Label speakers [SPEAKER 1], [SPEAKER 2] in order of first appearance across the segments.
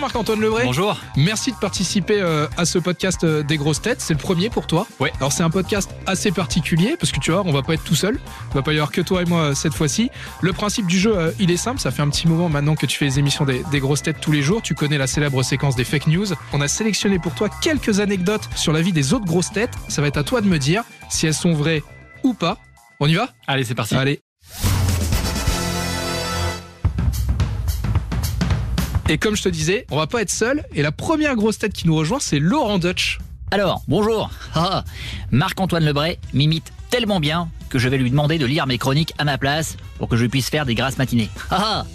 [SPEAKER 1] Marc-Antoine Lebray.
[SPEAKER 2] Bonjour.
[SPEAKER 1] Merci de participer euh, à ce podcast euh, des grosses têtes. C'est le premier pour toi.
[SPEAKER 2] Ouais.
[SPEAKER 1] Alors c'est un podcast assez particulier parce que tu vois, on va pas être tout seul. Il va pas y avoir que toi et moi euh, cette fois-ci. Le principe du jeu, euh, il est simple. Ça fait un petit moment maintenant que tu fais les émissions des, des grosses têtes tous les jours. Tu connais la célèbre séquence des fake news. On a sélectionné pour toi quelques anecdotes sur la vie des autres grosses têtes. Ça va être à toi de me dire si elles sont vraies ou pas. On y va
[SPEAKER 2] Allez, c'est parti.
[SPEAKER 1] Allez. Et comme je te disais, on va pas être seul. Et la première grosse tête qui nous rejoint, c'est Laurent Dutch.
[SPEAKER 3] Alors, bonjour. Ah, Marc-Antoine Lebray m'imite tellement bien que je vais lui demander de lire mes chroniques à ma place pour que je puisse faire des grasses matinées. Ah, ah,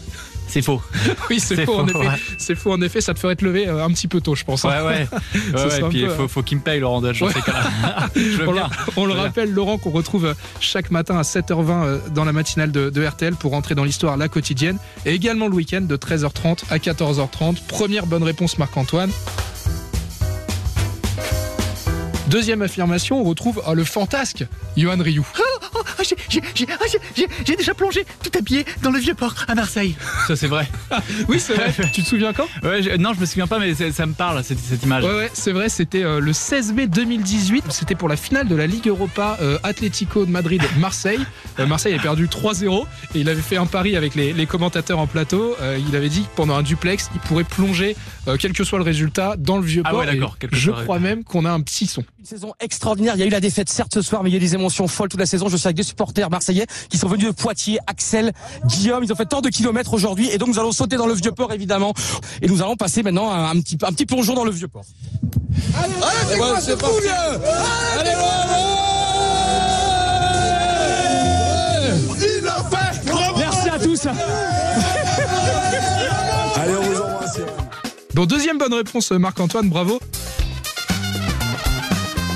[SPEAKER 3] c'est faux.
[SPEAKER 1] Oui, c'est
[SPEAKER 2] C'est
[SPEAKER 1] faux, en
[SPEAKER 2] faux,
[SPEAKER 1] effet.
[SPEAKER 2] ouais.
[SPEAKER 1] C'est faux en effet. Ça te ferait te lever euh, un petit peu tôt, je pense.
[SPEAKER 2] Ouais,
[SPEAKER 1] hein.
[SPEAKER 2] ouais. ouais,
[SPEAKER 1] Ce
[SPEAKER 2] ouais,
[SPEAKER 1] sera un
[SPEAKER 2] puis
[SPEAKER 1] peu,
[SPEAKER 2] faut, faut qu'il me paye, Laurent Dutch. dans
[SPEAKER 1] Ouais.
[SPEAKER 2] ces cas-là. Je
[SPEAKER 3] Oh
[SPEAKER 2] veux
[SPEAKER 1] On,
[SPEAKER 2] bien.
[SPEAKER 1] le- on le
[SPEAKER 2] Voilà.
[SPEAKER 1] rappelle, Laurent, qu'on retrouve euh, chaque matin à 7h20 euh, dans la matinale de, de RTL pour entrer dans l'histoire la quotidienne. Et également le week-end de 13h30 à 14h30. Première bonne réponse, Marc-Antoine. Deuxième affirmation, on retrouve ah, le fantasque Johan Rioux.
[SPEAKER 4] Ah, j'ai- j'ai- j'ai- ah, j'ai- j'ai- J'ai déjà plongé tout à pied dans le vieux port à Marseille.
[SPEAKER 2] Ça, c'est vrai.
[SPEAKER 1] Oui, c'est vrai. tu te souviens quand
[SPEAKER 2] Ouais, je- non, je me souviens pas, mais c'est- ça me parle, cette, cette image.
[SPEAKER 1] Ouais, ouais, c'est vrai, c'était euh, le 16 mai 2018. C'était pour la finale de la Ligue Europa euh, Atlético de Madrid-Marseille. Euh, Marseille avait perdu 3-0 et il avait fait un pari avec les, les commentateurs en plateau. Euh, il avait dit que pendant un duplex, il pourrait plonger, euh, quel que soit le résultat, dans le vieux
[SPEAKER 2] Ah
[SPEAKER 1] port.
[SPEAKER 2] ouais, d'accord,
[SPEAKER 1] Et
[SPEAKER 2] quel que
[SPEAKER 1] Je
[SPEAKER 2] soit le
[SPEAKER 1] crois même qu'on a un petit son.
[SPEAKER 5] Une saison extraordinaire. Il y a eu la défaite, certes, ce soir, mais il y a eu des émotions folles toute la saison. Je suis avec des supporters marseillais qui sont venus de Poitiers, Axel, Guillaume. Ils ont fait tant de kilomètres aujourd'hui. Et donc, nous allons sauter dans le vieux port, évidemment. Et nous allons passer maintenant à un petit, un petit plongeon dans le vieux port. Merci à tous.
[SPEAKER 1] Bon, deuxième bonne réponse, euh, Marc-Antoine, bravo.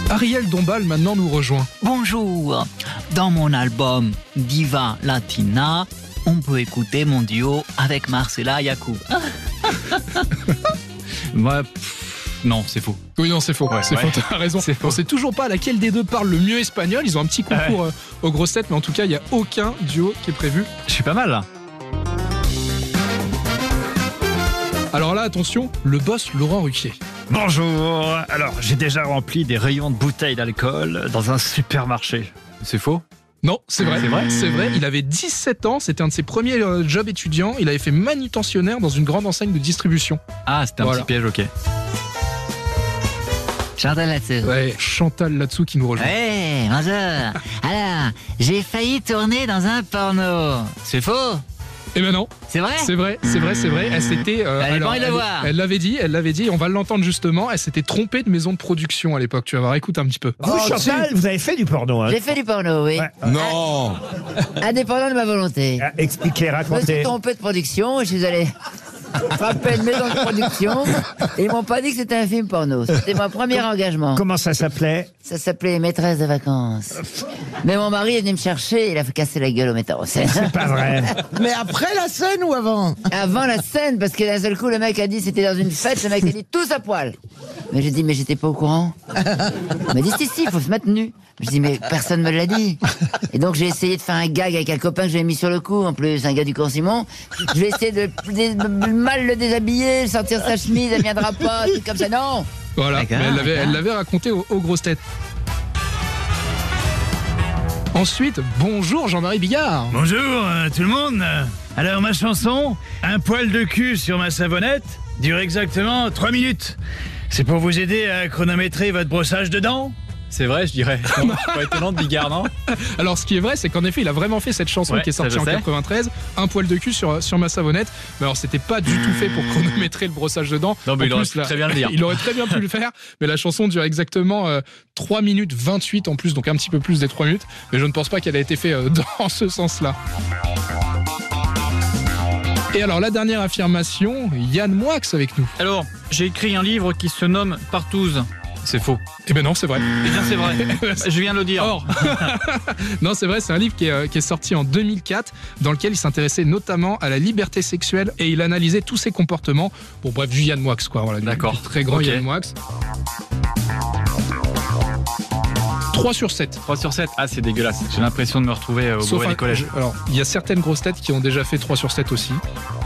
[SPEAKER 1] Ariel Dombal maintenant nous rejoint.
[SPEAKER 3] Bonjour. Dans mon album Diva Latina, on peut écouter mon duo avec Marcela Yacoub.
[SPEAKER 2] Ouais, pff, non, c'est faux.
[SPEAKER 1] Oui, non, c'est faux.
[SPEAKER 2] Ouais,
[SPEAKER 1] c'est
[SPEAKER 2] ouais.
[SPEAKER 1] faux, t'as raison.
[SPEAKER 2] C'est faux.
[SPEAKER 1] On sait toujours pas laquelle des deux parle le mieux espagnol. Ils ont un petit concours euh, aux grosses têtes, mais en tout cas, il n'y a aucun duo qui est prévu.
[SPEAKER 2] Je suis pas mal, là.
[SPEAKER 1] Alors là, attention, le boss Laurent Ruquier.
[SPEAKER 6] Bonjour. Alors, j'ai déjà rempli des rayons de bouteilles d'alcool dans un supermarché.
[SPEAKER 2] C'est faux
[SPEAKER 1] Non, c'est vrai.
[SPEAKER 2] C'est vrai
[SPEAKER 1] C'est vrai. Il avait 17 ans. C'était un de ses premiers euh, jobs étudiants. Il avait fait manutentionnaire dans une grande enseigne de distribution.
[SPEAKER 2] Ah, c'était un
[SPEAKER 1] Voilà.
[SPEAKER 2] petit piège, ok.
[SPEAKER 3] Chantal là-dessus.
[SPEAKER 1] Ouais. Chantal là-dessous qui nous rejoint.
[SPEAKER 3] Ouais, bonjour. Alors, j'ai failli tourner dans un porno. C'est faux.
[SPEAKER 1] Et ben non,
[SPEAKER 3] C'est vrai
[SPEAKER 1] c'est vrai, c'est vrai, c'est vrai. Elle s'était. euh,
[SPEAKER 3] Elle avait pas
[SPEAKER 1] alors,
[SPEAKER 3] envie de le
[SPEAKER 1] elle-
[SPEAKER 3] voir.
[SPEAKER 1] Elle l'avait dit, elle l'avait dit. On va l'entendre justement. Elle s'était trompée de maison de production à l'époque. Tu vas voir, écoute un petit peu.
[SPEAKER 7] Vous,
[SPEAKER 3] Oh,
[SPEAKER 7] Chantal, vous avez fait du porno. Hein
[SPEAKER 8] J'ai fait du porno, oui.
[SPEAKER 7] Ouais.
[SPEAKER 9] Non
[SPEAKER 8] Indépendant de ma volonté.
[SPEAKER 7] Ah, Expliquez,
[SPEAKER 8] Je me suis
[SPEAKER 7] racontez.
[SPEAKER 8] trompé de production, je suis allé frapper une maison de production. Et ils m'ont pas dit que c'était un film porno. C'était mon premier engagement.
[SPEAKER 7] Comment ça s'appelait
[SPEAKER 8] Ça s'appelait Maîtresse de vacances. Mais mon mari est venu me chercher, il a fait casser la gueule au metteur en scène.
[SPEAKER 7] Pas vrai.
[SPEAKER 10] Mais après la scène ou avant
[SPEAKER 8] Avant la scène, parce que d'un seul coup, le mec a dit, c'était dans une fête, le mec a dit, tous à poil. Mais j'ai dit, mais j'étais pas au courant. Il m'a dit, si, si, il faut se mettre nu. Je dis, mais personne me l'a dit. Et donc, j'ai essayé de faire un gag avec un copain que j'avais mis sur le coup, en plus, un gars du cours Simon. Je vais essayer de, de- de mal le déshabiller, sortir sa chemise, elle viendra pas, tout comme ça. Non!
[SPEAKER 1] Voilà,
[SPEAKER 3] D'accord,
[SPEAKER 1] mais elle l'avait,
[SPEAKER 3] d'accord.
[SPEAKER 1] elle l'avait raconté aux, aux grosses têtes. Ensuite, bonjour Jean-Marie Bigard.
[SPEAKER 6] Bonjour euh, tout le monde. Alors ma chanson, un poil de cul sur ma savonnette, dure exactement 3 minutes. C'est pour vous aider à chronométrer votre brossage de dents
[SPEAKER 2] C'est vrai, je dirais. Non, pas étonnant de Bigard, non
[SPEAKER 1] Alors, ce qui est vrai, c'est qu'en effet, il a vraiment fait cette chanson
[SPEAKER 2] Ouais,
[SPEAKER 1] qui est
[SPEAKER 2] ça,
[SPEAKER 1] sortie
[SPEAKER 2] je
[SPEAKER 1] en
[SPEAKER 2] sais.
[SPEAKER 1] 93, un poil de cul sur, sur ma savonnette. Mais alors, c'était pas du tout fait pour chronométrer le brossage de dents.
[SPEAKER 2] Non, mais
[SPEAKER 1] En
[SPEAKER 2] il aurait
[SPEAKER 1] plus,
[SPEAKER 2] pu
[SPEAKER 1] là,
[SPEAKER 2] très bien le dire.
[SPEAKER 1] Il aurait très bien pu le faire, mais la chanson dure exactement euh, 3 minutes 28 en plus, donc un petit peu plus des 3 minutes. Mais je ne pense pas qu'elle a été faite euh, dans ce sens-là. Et alors, la dernière affirmation, Yann Moix avec nous.
[SPEAKER 2] Alors, j'ai écrit un livre qui se nomme Partouze. C'est faux.
[SPEAKER 1] Eh ben non, c'est vrai.
[SPEAKER 2] Eh bien, c'est vrai. Je viens de le dire.
[SPEAKER 1] Or, non, c'est vrai, c'est un livre qui est, euh, qui est sorti en 2004, dans lequel il s'intéressait notamment à la liberté sexuelle et il analysait tous ses comportements. Bon, bref, du Yann Moix, quoi. Voilà, du-
[SPEAKER 2] D'accord.
[SPEAKER 1] du Très grand
[SPEAKER 2] Ok.
[SPEAKER 1] Yann Moix. 3 sur 7.
[SPEAKER 2] 3 sur 7. Ah, c'est dégueulasse. J'ai l'impression de me retrouver euh, au
[SPEAKER 1] Sauf
[SPEAKER 2] brevet
[SPEAKER 1] un-
[SPEAKER 2] des collèges.
[SPEAKER 1] Alors, il y a certaines grosses têtes qui ont déjà fait 3 sur 7 aussi.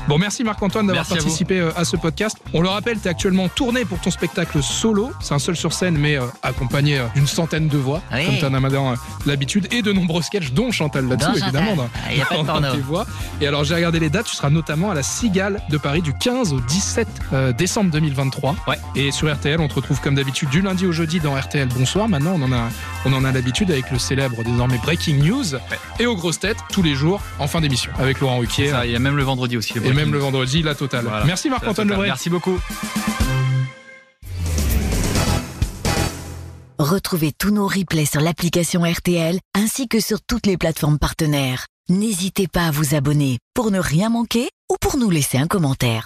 [SPEAKER 1] Bon, merci Marc-Antoine d'avoir
[SPEAKER 2] Merci à
[SPEAKER 1] participé euh, à, ce podcast. On le rappelle, tu es actuellement tourné pour ton spectacle solo. C'est un seul sur scène, mais euh, accompagné euh, d'une centaine de voix,
[SPEAKER 3] Ah Oui.
[SPEAKER 1] comme tu en as maintenant, euh, l'habitude, et de nombreux sketchs, dont Chantal là-dessous,
[SPEAKER 3] Dans Chantal. Ah,
[SPEAKER 1] évidemment. dans-
[SPEAKER 3] Il n'y a pas de
[SPEAKER 1] dans
[SPEAKER 3] porno.
[SPEAKER 1] tes voix. Et alors, j'ai regardé les dates. Tu seras notamment à la Cigale de Paris du 15 au 17 euh, décembre 2023.
[SPEAKER 2] Ouais.
[SPEAKER 1] Et sur RTL, on te retrouve comme d'habitude du lundi au jeudi dans RTL Bonsoir. Maintenant, on en a, on en a l'habitude avec le célèbre désormais Breaking News. Et aux grosses têtes, tous les jours, en fin d'émission, avec Laurent Ruquier.
[SPEAKER 2] Ça, Il y a même le vendredi aussi.
[SPEAKER 1] Et
[SPEAKER 2] breaking
[SPEAKER 1] même le
[SPEAKER 2] news.
[SPEAKER 1] vendredi, la totale.
[SPEAKER 2] Voilà.
[SPEAKER 1] Merci Marc-Antoine Lebray.
[SPEAKER 2] Merci beaucoup.
[SPEAKER 9] Retrouvez tous nos replays sur l'application RTL ainsi que sur toutes les plateformes partenaires. N'hésitez pas à vous abonner pour ne rien manquer ou pour nous laisser un commentaire.